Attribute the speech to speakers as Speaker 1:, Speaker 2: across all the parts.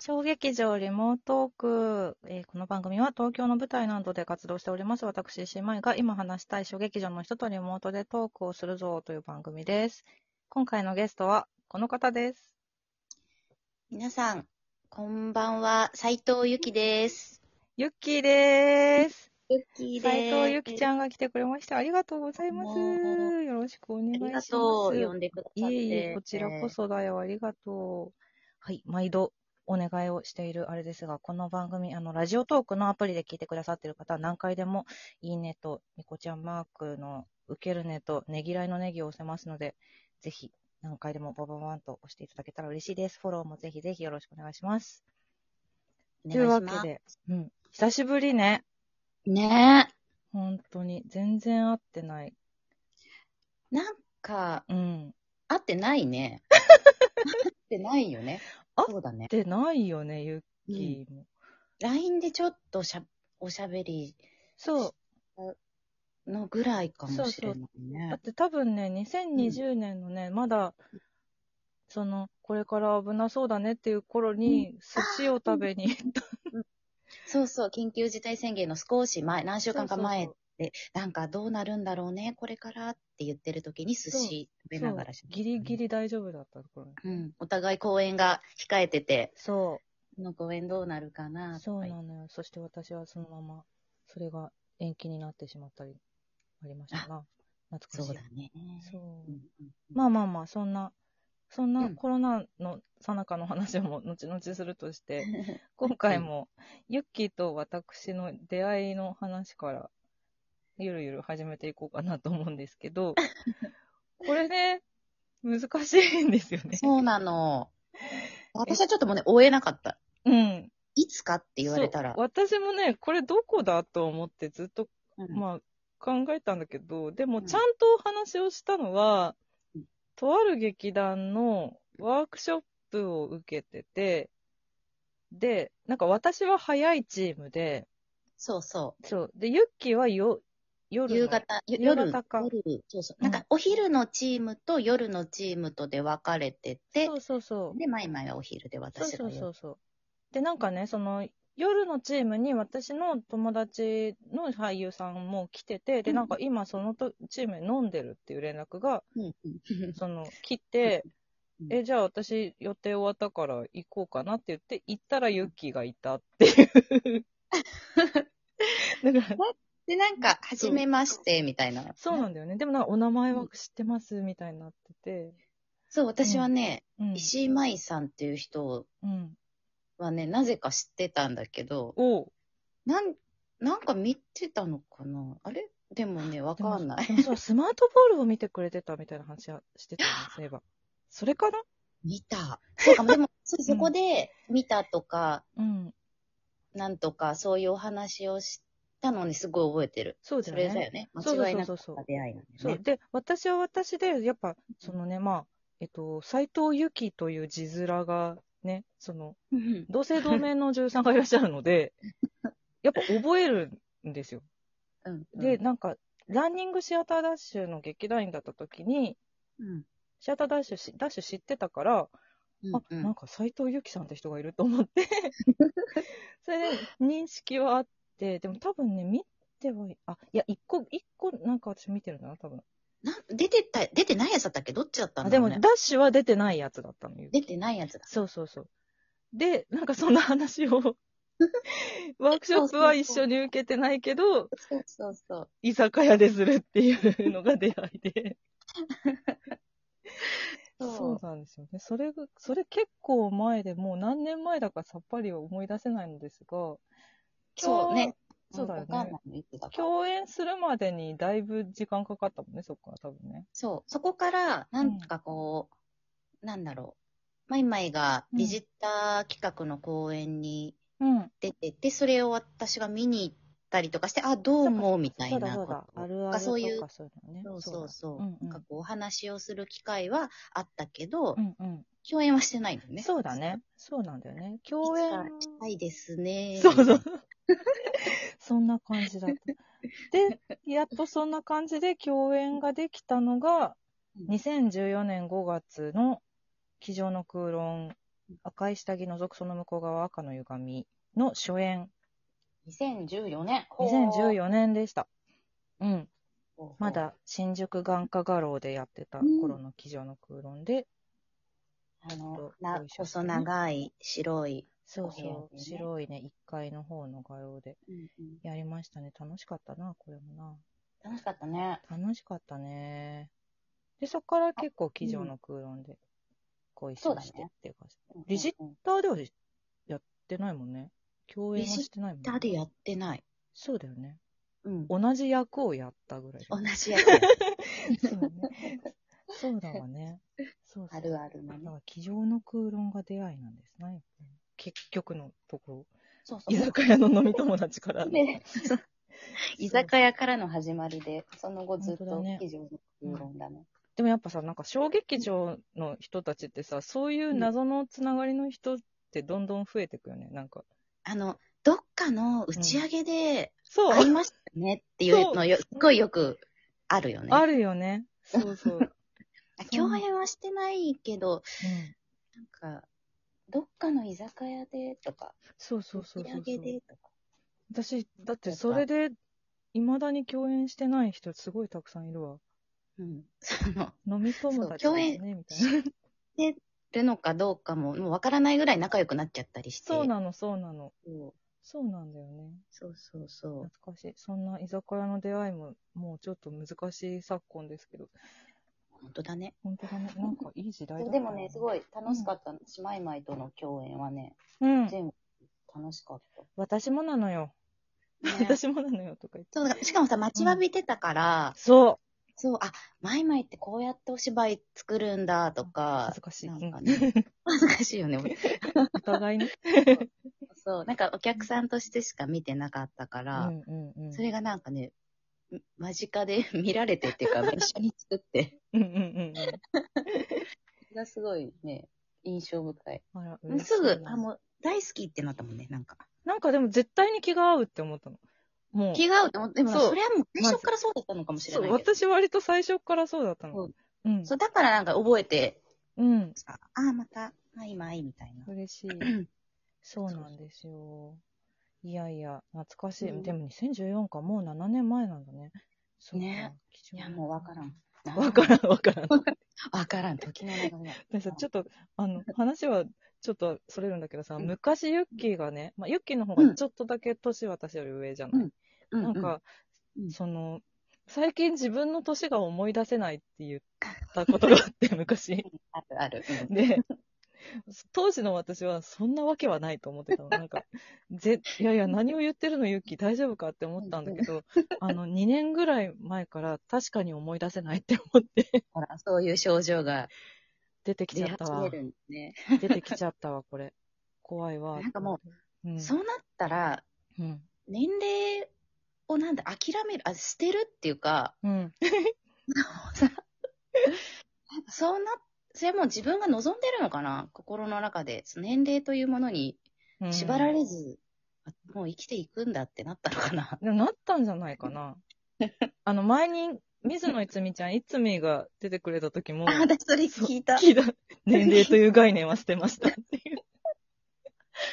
Speaker 1: 小劇場リモートーク、えーこの番組は東京の舞台などで活動しております私姉妹が今話したい小劇場の人とリモートでトークをするぞという番組です今回のゲストはこの方です
Speaker 2: 皆さん、こんばんは、斉藤ゆきです。
Speaker 1: ゆっきーです
Speaker 2: ゆき
Speaker 1: 斉藤ゆきち
Speaker 2: ん。
Speaker 1: ゃんが来てくれましたありがとうございます
Speaker 2: もう
Speaker 1: よろしくお願いし
Speaker 2: あ
Speaker 1: ます
Speaker 2: りがとう、呼んでくださって。
Speaker 1: いえいえ、こちらこそだよ。ありがとう。はい、毎度お願いをしているあれですが、この番組、あの、ラジオトークのアプリで聞いてくださっている方は何回でも、いいねと、ニコちゃんマークの受けるねと、ねぎらいのネギを押せますので、ぜひ何回でもバババンと押していただけたら嬉しいです。フォローもぜひぜひよろしくお願いします。
Speaker 2: え
Speaker 1: というわけ。で、うん、久しぶりね。
Speaker 2: ね
Speaker 1: 本当に、全然会ってない。
Speaker 2: え。なんか、
Speaker 1: うん。
Speaker 2: 会ってないね。会ってないよね。
Speaker 1: あ
Speaker 2: そうだね。
Speaker 1: で、ないよね、ゆっ
Speaker 2: う
Speaker 1: き
Speaker 2: ん、
Speaker 1: ーも。
Speaker 2: LINE でちょっとしゃおしゃべり
Speaker 1: そう、
Speaker 2: のぐらいかもしれない
Speaker 1: だっ
Speaker 2: ね。
Speaker 1: て多分ね、2020年のね、まだ、その、これから危なそうだねっていう頃に、寿司を食べに行った。
Speaker 2: そうそう緊急事態宣言の少し前、何週間か前
Speaker 1: そう
Speaker 2: で、なんかどうなるんだろうね、これからって言ってる時に寿
Speaker 1: そう
Speaker 2: 司食べながらし
Speaker 1: ギリギリ大丈夫だったところに。
Speaker 2: うん、お互い公演が控えてて、
Speaker 1: そ
Speaker 2: この公演どうなるかな
Speaker 1: う。
Speaker 2: と
Speaker 1: そう
Speaker 2: か
Speaker 1: なのよ。そして私はそのまま、それが延期になってしまったり、ありましたな。懐かしい。
Speaker 2: そうだね。
Speaker 1: そう
Speaker 2: うんうんうん
Speaker 1: まあまあまあ、そんな、そん
Speaker 2: う
Speaker 1: なんコロナの最中の話も後々するとして、今回も、ユッキーと私の出会いの話から、ゆるゆる始めていこうかなと思うんですけ ど、これね、難しいんですよね。
Speaker 2: そうなの。 私はちょっともうね、追えなかった。
Speaker 1: うん。
Speaker 2: いつかって言われたら
Speaker 1: そう。私もね、これどこだと思ってずっと、
Speaker 2: うん
Speaker 1: まあ、考えたんだけど、でも
Speaker 2: うん
Speaker 1: ちゃんとお話をしたのは、
Speaker 2: うん
Speaker 1: とある劇団のワークショップを受けてて、で、なんか私は早いチームで、
Speaker 2: そうそ
Speaker 1: そう。で、ユッキーはよ夜
Speaker 2: う。
Speaker 1: の。
Speaker 2: 夕方、よ
Speaker 1: 夕
Speaker 2: 夜、
Speaker 1: 方か
Speaker 2: 夜そうそう。
Speaker 1: う
Speaker 2: なんんか、お昼のチームと夜のチームとで分かれてて
Speaker 1: そ、うそうそう。
Speaker 2: で、マイマイはお昼で
Speaker 1: そう
Speaker 2: 私
Speaker 1: そ
Speaker 2: が
Speaker 1: うそ
Speaker 2: 夜。
Speaker 1: うそう。で、なんかね、その、夜のチームに私の友達の俳優さんも来てて、で、
Speaker 2: うん
Speaker 1: なんか今そのとチームに飲んでるっていう連絡が、
Speaker 2: うんうん
Speaker 1: その、来て、
Speaker 2: うん
Speaker 1: え、じゃあ私予定終わったから行こうかなって言って、行ったらユッキーがいたって いう。だから、
Speaker 2: で、なんか、はじめまして、みたいな。
Speaker 1: そうなんだよね。でもなんかお名前は知ってますみたいになってて。
Speaker 2: そう、私はね、
Speaker 1: うん。
Speaker 2: 石井舞さんっていう人を
Speaker 1: うん。
Speaker 2: はね、なぜか知ってたんだけど、
Speaker 1: おう
Speaker 2: なん、なんか見てたのかなあれでもね、わ
Speaker 1: でも
Speaker 2: かんない。
Speaker 1: でも そう、スマートボールを見てくれてたみたいな話はしてたんです、そういえば。それかな
Speaker 2: 見た。そうかも、で も、そ
Speaker 1: ん
Speaker 2: そこで見たとか、
Speaker 1: うん。
Speaker 2: なんとか、そういうお話をしたのにすごい覚えてる。
Speaker 1: そうだ
Speaker 2: そ
Speaker 1: よ
Speaker 2: れ
Speaker 1: ね。
Speaker 2: だよね。
Speaker 1: そうそう
Speaker 2: 間違い
Speaker 1: そうそ
Speaker 2: なく
Speaker 1: うそう
Speaker 2: 出会いなんだ
Speaker 1: そ
Speaker 2: よ
Speaker 1: う。
Speaker 2: ね。
Speaker 1: で、私は私で、やっぱ、そのね、まあ、えっと、斎藤由紀という字面が、ね、その、
Speaker 2: うん
Speaker 1: 同姓同名の女優さんがいらっしゃるの で、やっぱ覚えるんですよ。
Speaker 2: うん。
Speaker 1: で、なんか、ランニングシアターダッシュの劇団員だった時に、
Speaker 2: うん、
Speaker 1: シアターダッシュし、ダッシュ知ってたから、
Speaker 2: うん。
Speaker 1: あ、
Speaker 2: うん
Speaker 1: なんか斎藤由貴さんって人がいると思 って、それで認識はあって、でも多分ね、見てはい、あ、いや、一個、一個なんか私見てるんだな、多分。
Speaker 2: なん出てた、出てないやつだったっけどっちだった
Speaker 1: あ、
Speaker 2: ん
Speaker 1: で
Speaker 2: だ
Speaker 1: も、
Speaker 2: ろう
Speaker 1: ダッ
Speaker 2: ね。
Speaker 1: シュは出てないやつだったのよ。
Speaker 2: 出てないやつだ。
Speaker 1: そうそうそう。で、なんかそんな話を、 ワークショップは一緒に受けてないけど、
Speaker 2: そうそうそう。
Speaker 1: 居酒屋でするっていうのが出会い で。そうなんですよね。それが、それ結構前でもう何年前だかさっぱりは思い出せないんですが、
Speaker 2: そうね。
Speaker 1: そうだよね
Speaker 2: わかんないのいつだか
Speaker 1: 共演するまでにだいぶ時間かかったもんね、そっから多分ね。
Speaker 2: そう、そこから、なんかこう、なんだろう、マイマイがデジター企画の公演に
Speaker 1: うん。
Speaker 2: 出てて、それを私が見に行ったりとかして、あ、どうも、みた
Speaker 1: そ
Speaker 2: いう
Speaker 1: だ
Speaker 2: な
Speaker 1: そう
Speaker 2: こ
Speaker 1: だ。あ
Speaker 2: と。
Speaker 1: るあるとか
Speaker 2: そういう
Speaker 1: そういうのね。
Speaker 2: そうそうそ
Speaker 1: う
Speaker 2: う。
Speaker 1: んうん
Speaker 2: なんかこう、お話をする機会はあったけど、
Speaker 1: うんうん。
Speaker 2: 共演はしてないのね。
Speaker 1: そうだ。ね。そうなんだよね。
Speaker 2: 共
Speaker 1: 共演
Speaker 2: 演。したいですね。
Speaker 1: そうそう。。 そんな感じだった。で、やっとそんな感じで共演ができたのが、
Speaker 2: うん
Speaker 1: 2014年5月の机上の空論赤い下着覗くその向こう側赤の歪みの初演、
Speaker 2: 2014年。ほう
Speaker 1: 2014年でした。うん。
Speaker 2: ほうほう
Speaker 1: まだ新宿眼科画廊でやってた頃の騎乗の空論で、
Speaker 2: あ
Speaker 1: ちょ
Speaker 2: の
Speaker 1: っと
Speaker 2: な
Speaker 1: ご一緒して
Speaker 2: 細
Speaker 1: ね
Speaker 2: 長い白い。
Speaker 1: そう
Speaker 2: お部屋
Speaker 1: そ
Speaker 2: で
Speaker 1: う、
Speaker 2: ね
Speaker 1: 白いね、1階の方の画廊でやりましたね。楽しかったな、これもな。
Speaker 2: 楽しかったね。
Speaker 1: 楽しかったね。で、そこから結構、机上の空論で、こう一緒にしてっていうか、リジッ
Speaker 2: うんうん
Speaker 1: ターではやってないもんね。共演はしてないもん
Speaker 2: タ
Speaker 1: ね。
Speaker 2: でやってない。
Speaker 1: そうだよね。
Speaker 2: うん。
Speaker 1: 同じ役をやったぐらいだ
Speaker 2: 同
Speaker 1: よね。
Speaker 2: じや つ。
Speaker 1: そうね。そうだわね。そうそう。
Speaker 2: あるあるの
Speaker 1: だ
Speaker 2: ね
Speaker 1: か。ら、机上の空論が出会いなんですね。結局のところ、
Speaker 2: そうそう。
Speaker 1: 居酒屋の飲み友達から。
Speaker 2: で居酒屋からの始まりで、その後ずっと
Speaker 1: 本当だね
Speaker 2: 記事を空論だね。
Speaker 1: でもやっぱさ、なんか小劇場の人たちってさ、そういう謎のつながりの人ってどんどん増えてくよね、なんか。
Speaker 2: あの、どっかの打ち上げで
Speaker 1: そ、
Speaker 2: 会いうましたねっていうのよ、すっごいよくあるよね。
Speaker 1: あるよね。そうそう。うん
Speaker 2: あ共演はしてないけど、なんか、どっかの居酒屋でとか、
Speaker 1: そうそうそう
Speaker 2: 打ち
Speaker 1: そ
Speaker 2: 上
Speaker 1: う
Speaker 2: げ
Speaker 1: そう。
Speaker 2: でとか。
Speaker 1: 私、だってそれで、いまだに共演してない人すごいたくさんいるわ。
Speaker 2: うん。その、
Speaker 1: 飲み友達
Speaker 2: そう共
Speaker 1: で
Speaker 2: 演
Speaker 1: すね、みた いな。
Speaker 2: 出るのかどうかも、もうわからないぐらい仲良くなっちゃったりして。
Speaker 1: そうなの、そうなの。
Speaker 2: そう
Speaker 1: そうなんだよね。
Speaker 2: そうそうそう。
Speaker 1: 懐かしい。そんな居酒屋の出会いも、もうちょっと難しい昨今ですけど、
Speaker 2: 本当だね。
Speaker 1: 本当だね。なんかいい時代だ
Speaker 2: そ
Speaker 1: った
Speaker 2: うでもね、す
Speaker 1: い。
Speaker 2: ごい楽しかった。私、マイマイとの共演はね、
Speaker 1: うん。
Speaker 2: 全部楽しかった。
Speaker 1: 私もなのよ。
Speaker 2: ね
Speaker 1: 私もなのよとか言って。
Speaker 2: そうだからしかもさ、待ちわびてたから、
Speaker 1: そう。
Speaker 2: そう、あ、マイマイってこうやってお芝居作るんだとか
Speaker 1: 恥ず、かしい。
Speaker 2: なんか ね、恥ずかしい よね。
Speaker 1: お互いね。
Speaker 2: そう、なんかお客さんとしてしか見てなかったか
Speaker 1: う
Speaker 2: ら、
Speaker 1: んうんうん。
Speaker 2: それがなんかね、間近で 見られてっていうか、一緒に作って、
Speaker 1: うんうんうん
Speaker 2: それがすごいね、印象深い。
Speaker 1: うん。あら
Speaker 2: もうすぐ、あ、
Speaker 1: う
Speaker 2: もう大好きってなったもんね、なんか。
Speaker 1: なんかでも絶対に気が合うって思ったの。もう。
Speaker 2: 気が合うって思って、でも
Speaker 1: そう
Speaker 2: それはもう最初からそうだったのかもしれ
Speaker 1: そ
Speaker 2: な
Speaker 1: う、
Speaker 2: いけど。
Speaker 1: 私割と最初からそうだったの。うん。
Speaker 2: そう、だからなんか覚えて、
Speaker 1: うん。
Speaker 2: ああ、また、マイマイみたいな。
Speaker 1: 嬉しい。そうなんですよ。いやいや、懐かし
Speaker 2: う
Speaker 1: い。
Speaker 2: ん
Speaker 1: でも2014か、もう7年前なんだね。そうか
Speaker 2: ね。
Speaker 1: 貴重
Speaker 2: い
Speaker 1: な
Speaker 2: や、もうわからん。
Speaker 1: わからん、わからん。
Speaker 2: わからん、時の流れ。
Speaker 1: でさ、ちょっと、あの、話は、ちょっと、それるんだけどさ、
Speaker 2: うん
Speaker 1: 昔、ユッキーがね、まあ、ユッキーの方
Speaker 2: う
Speaker 1: が
Speaker 2: ん
Speaker 1: ちょっとだけ年私より上じゃない、
Speaker 2: う
Speaker 1: なんか、、
Speaker 2: うん
Speaker 1: その、最近自分の年が思い出せないって言ったことがあって、昔。
Speaker 2: あるある。うん
Speaker 1: で、当時の私は、そんなわけはないと思ってたの。なんか、ぜ、いやいや、何を言ってるの、ユッキー、大丈夫かって思ったんだけど、あの、2年ぐらい前から、確かに思い出せないって思って、
Speaker 2: ほら、そういう症状が
Speaker 1: 出てきち
Speaker 2: 出
Speaker 1: ゃった
Speaker 2: 始
Speaker 1: わ
Speaker 2: め。るんですね。
Speaker 1: 出てきちゃったわ、これ。怖いわ。
Speaker 2: なんかも
Speaker 1: う、ん、
Speaker 2: そうなったら、
Speaker 1: うん。
Speaker 2: 年齢をなんだ、諦める、あ、捨てるっていうか、
Speaker 1: うん。
Speaker 2: なんかそうな、それはもう自分が望んでるのかな心の中で。その年齢というものに
Speaker 1: うん。
Speaker 2: 縛られず、あもう生きていくんだってなったのかな。
Speaker 1: でもなったんじゃないか な。あの、前に、水野いつみちゃん、いつみが出てくれた時 も、
Speaker 2: あ、私それ
Speaker 1: そう
Speaker 2: 聞いた。
Speaker 1: 聞いた。年齢という概念は捨てましたって い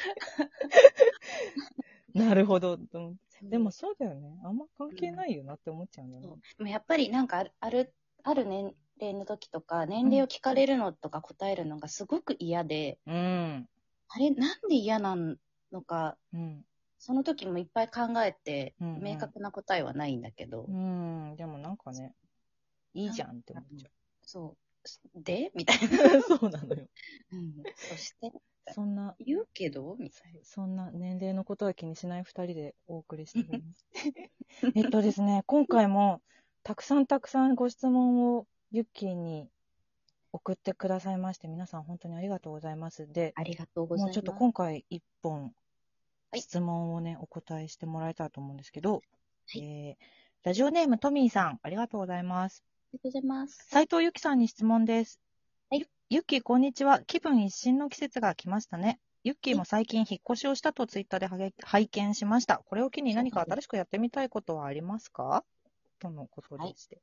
Speaker 1: う。なるほど。と思ってでもそうだよね。あんま関係ないよなって思っちゃうんだよね
Speaker 2: そう。でもやっぱりなんかある、ある、ある年齢の時とか、年齢を聞かれるのとか答えるのがすごく嫌で、
Speaker 1: うん。
Speaker 2: あれ、なんで嫌なのか、
Speaker 1: うん。
Speaker 2: その時もいっぱい考えて、
Speaker 1: うんうん
Speaker 2: 明確な答えはないんだけど、
Speaker 1: うん。でもなんかね、いいじゃんって思っちゃ
Speaker 2: そう、でみたいな。
Speaker 1: う。 そうなのよ。
Speaker 2: うんそして、
Speaker 1: そんな
Speaker 2: 言うけどみたい
Speaker 1: そんな年齢のことは気にしない二人でお送りしております。えっとです ね、今回もたくさんたくさんご質問をユッキーに送ってくださいまして、皆さん本当にありがとうございます。で、
Speaker 2: な。ありがとうござい
Speaker 1: も
Speaker 2: ま
Speaker 1: うちょ
Speaker 2: す。
Speaker 1: っと今回一本
Speaker 2: はい
Speaker 1: 質問をね、お答えしてもらえたらと思うんですけど、
Speaker 2: い
Speaker 1: えーラジオネームトミーさん、ありがとうございます。
Speaker 2: ありがとうございます。
Speaker 1: 斉藤由紀さんに質問です。
Speaker 2: はい
Speaker 1: ゆゆっきー、こんにちは。気分一新の季節が来ましたね。ゆっきーも最近引っ越しをしたとツイッターではげ拝見しました。これを機に何か新しくやってみたいことはありますかとのことでして。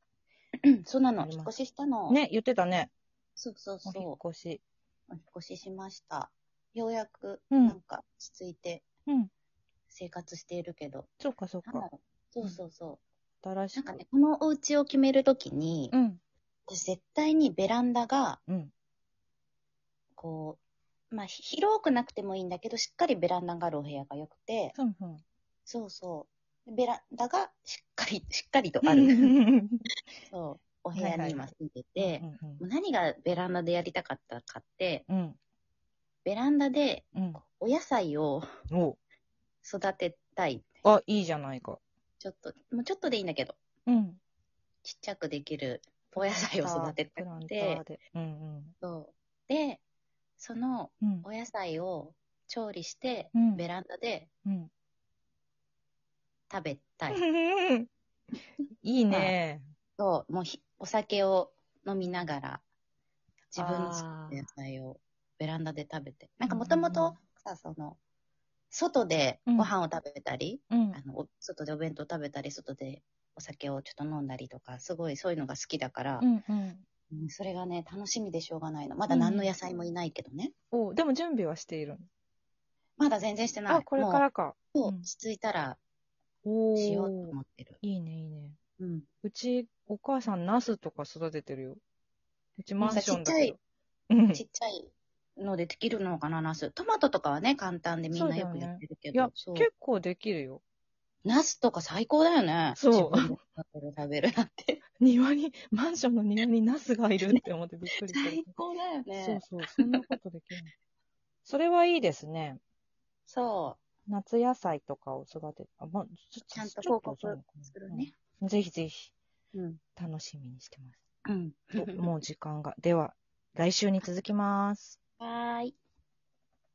Speaker 2: うんそうなの
Speaker 1: あ、り
Speaker 2: 引っ
Speaker 1: ま
Speaker 2: 越ししたの。。
Speaker 1: ね、言ってたね。
Speaker 2: そうそうそ
Speaker 1: お
Speaker 2: う。
Speaker 1: 引っ越し。
Speaker 2: お引っ越ししました。ようやく、
Speaker 1: うん
Speaker 2: なんか、落ち着いて
Speaker 1: うん。
Speaker 2: 生活しているけど、
Speaker 1: そうか、そう
Speaker 2: なんだ
Speaker 1: か。
Speaker 2: ろうそうそうそう。
Speaker 1: 新
Speaker 2: な
Speaker 1: し
Speaker 2: んか
Speaker 1: く。
Speaker 2: ね、このお家を決めるときに、
Speaker 1: うん。
Speaker 2: 私絶対にベランダが、
Speaker 1: うん。
Speaker 2: こう、まあ、ひ広くなくてもいいんだけど、しっかりベランダがあるお部屋が良くて、
Speaker 1: ふんふん。
Speaker 2: そうそう。ベランダがしっか り、しっかりとあ
Speaker 1: う
Speaker 2: る、
Speaker 1: ん
Speaker 2: そう、お部屋に今住ん でて、
Speaker 1: うん
Speaker 2: もう何がベランダでやりたかったかって、
Speaker 1: うん。
Speaker 2: ベランダで
Speaker 1: うん。
Speaker 2: お野菜を
Speaker 1: うん。お
Speaker 2: 育てたい。
Speaker 1: あ、いいじゃないか。
Speaker 2: ちょっと、もうちょっとでいいんだけど、
Speaker 1: うん。
Speaker 2: ちっちゃくできるお野菜を育てた
Speaker 1: プラ
Speaker 2: く
Speaker 1: ンタ
Speaker 2: て
Speaker 1: ー、で。うん
Speaker 2: そうで、その
Speaker 1: うん。うん
Speaker 2: お。野菜を調理して、
Speaker 1: うん
Speaker 2: ベランダで
Speaker 1: うん。
Speaker 2: 食べたい。
Speaker 1: いいね。
Speaker 2: そう、もうひお酒を飲みながら、自分の作った野菜をベランダで食べて。なんかもとも
Speaker 1: うんうんう
Speaker 2: とさ、その、外でご飯を食べたり、
Speaker 1: うん
Speaker 2: あ。のお外でお弁当食べたり、外でお酒をちょっと飲んだりとか、すごいそういうのが好きだから
Speaker 1: う、んうん。
Speaker 2: うんそれがね、楽しみでしょうがないの。まだ何の野菜もいないけどね。
Speaker 1: おでも準備はしている。
Speaker 2: まだ全然してない。
Speaker 1: あ、これからか。
Speaker 2: もう
Speaker 1: うん
Speaker 2: 落ち着いたら
Speaker 1: お
Speaker 2: しようと
Speaker 1: ー
Speaker 2: 思ってる。
Speaker 1: いいね、いいね。
Speaker 2: うん。
Speaker 1: うち、お母さん、ナスとか育ててるよ。うちマンションだけど。うん
Speaker 2: ちっちゃいのでできるのかな、ナス。トマトとかはね、簡単でみんなよくやってるけ
Speaker 1: いや
Speaker 2: ど、、そう。
Speaker 1: 結構できるよ。
Speaker 2: ナスとか最高だよね。
Speaker 1: そう
Speaker 2: 自分で食べる食べるなんて。
Speaker 1: 庭に、 マンションの庭にナスがいるって思ってびっくりした。
Speaker 2: 最高だよね。
Speaker 1: そうそう、そんなことできるの。それはいいですね。
Speaker 2: そう。
Speaker 1: 夏野菜とかを育てて、あ、まあ、ちょ
Speaker 2: ちゃんと
Speaker 1: ちょっ
Speaker 2: 報告
Speaker 1: そうなのかな
Speaker 2: するね。
Speaker 1: うんぜひぜひ、
Speaker 2: うん。
Speaker 1: 楽しみにしてます。
Speaker 2: うん。
Speaker 1: ともう時間が。では、来週に続きます。
Speaker 2: はーい。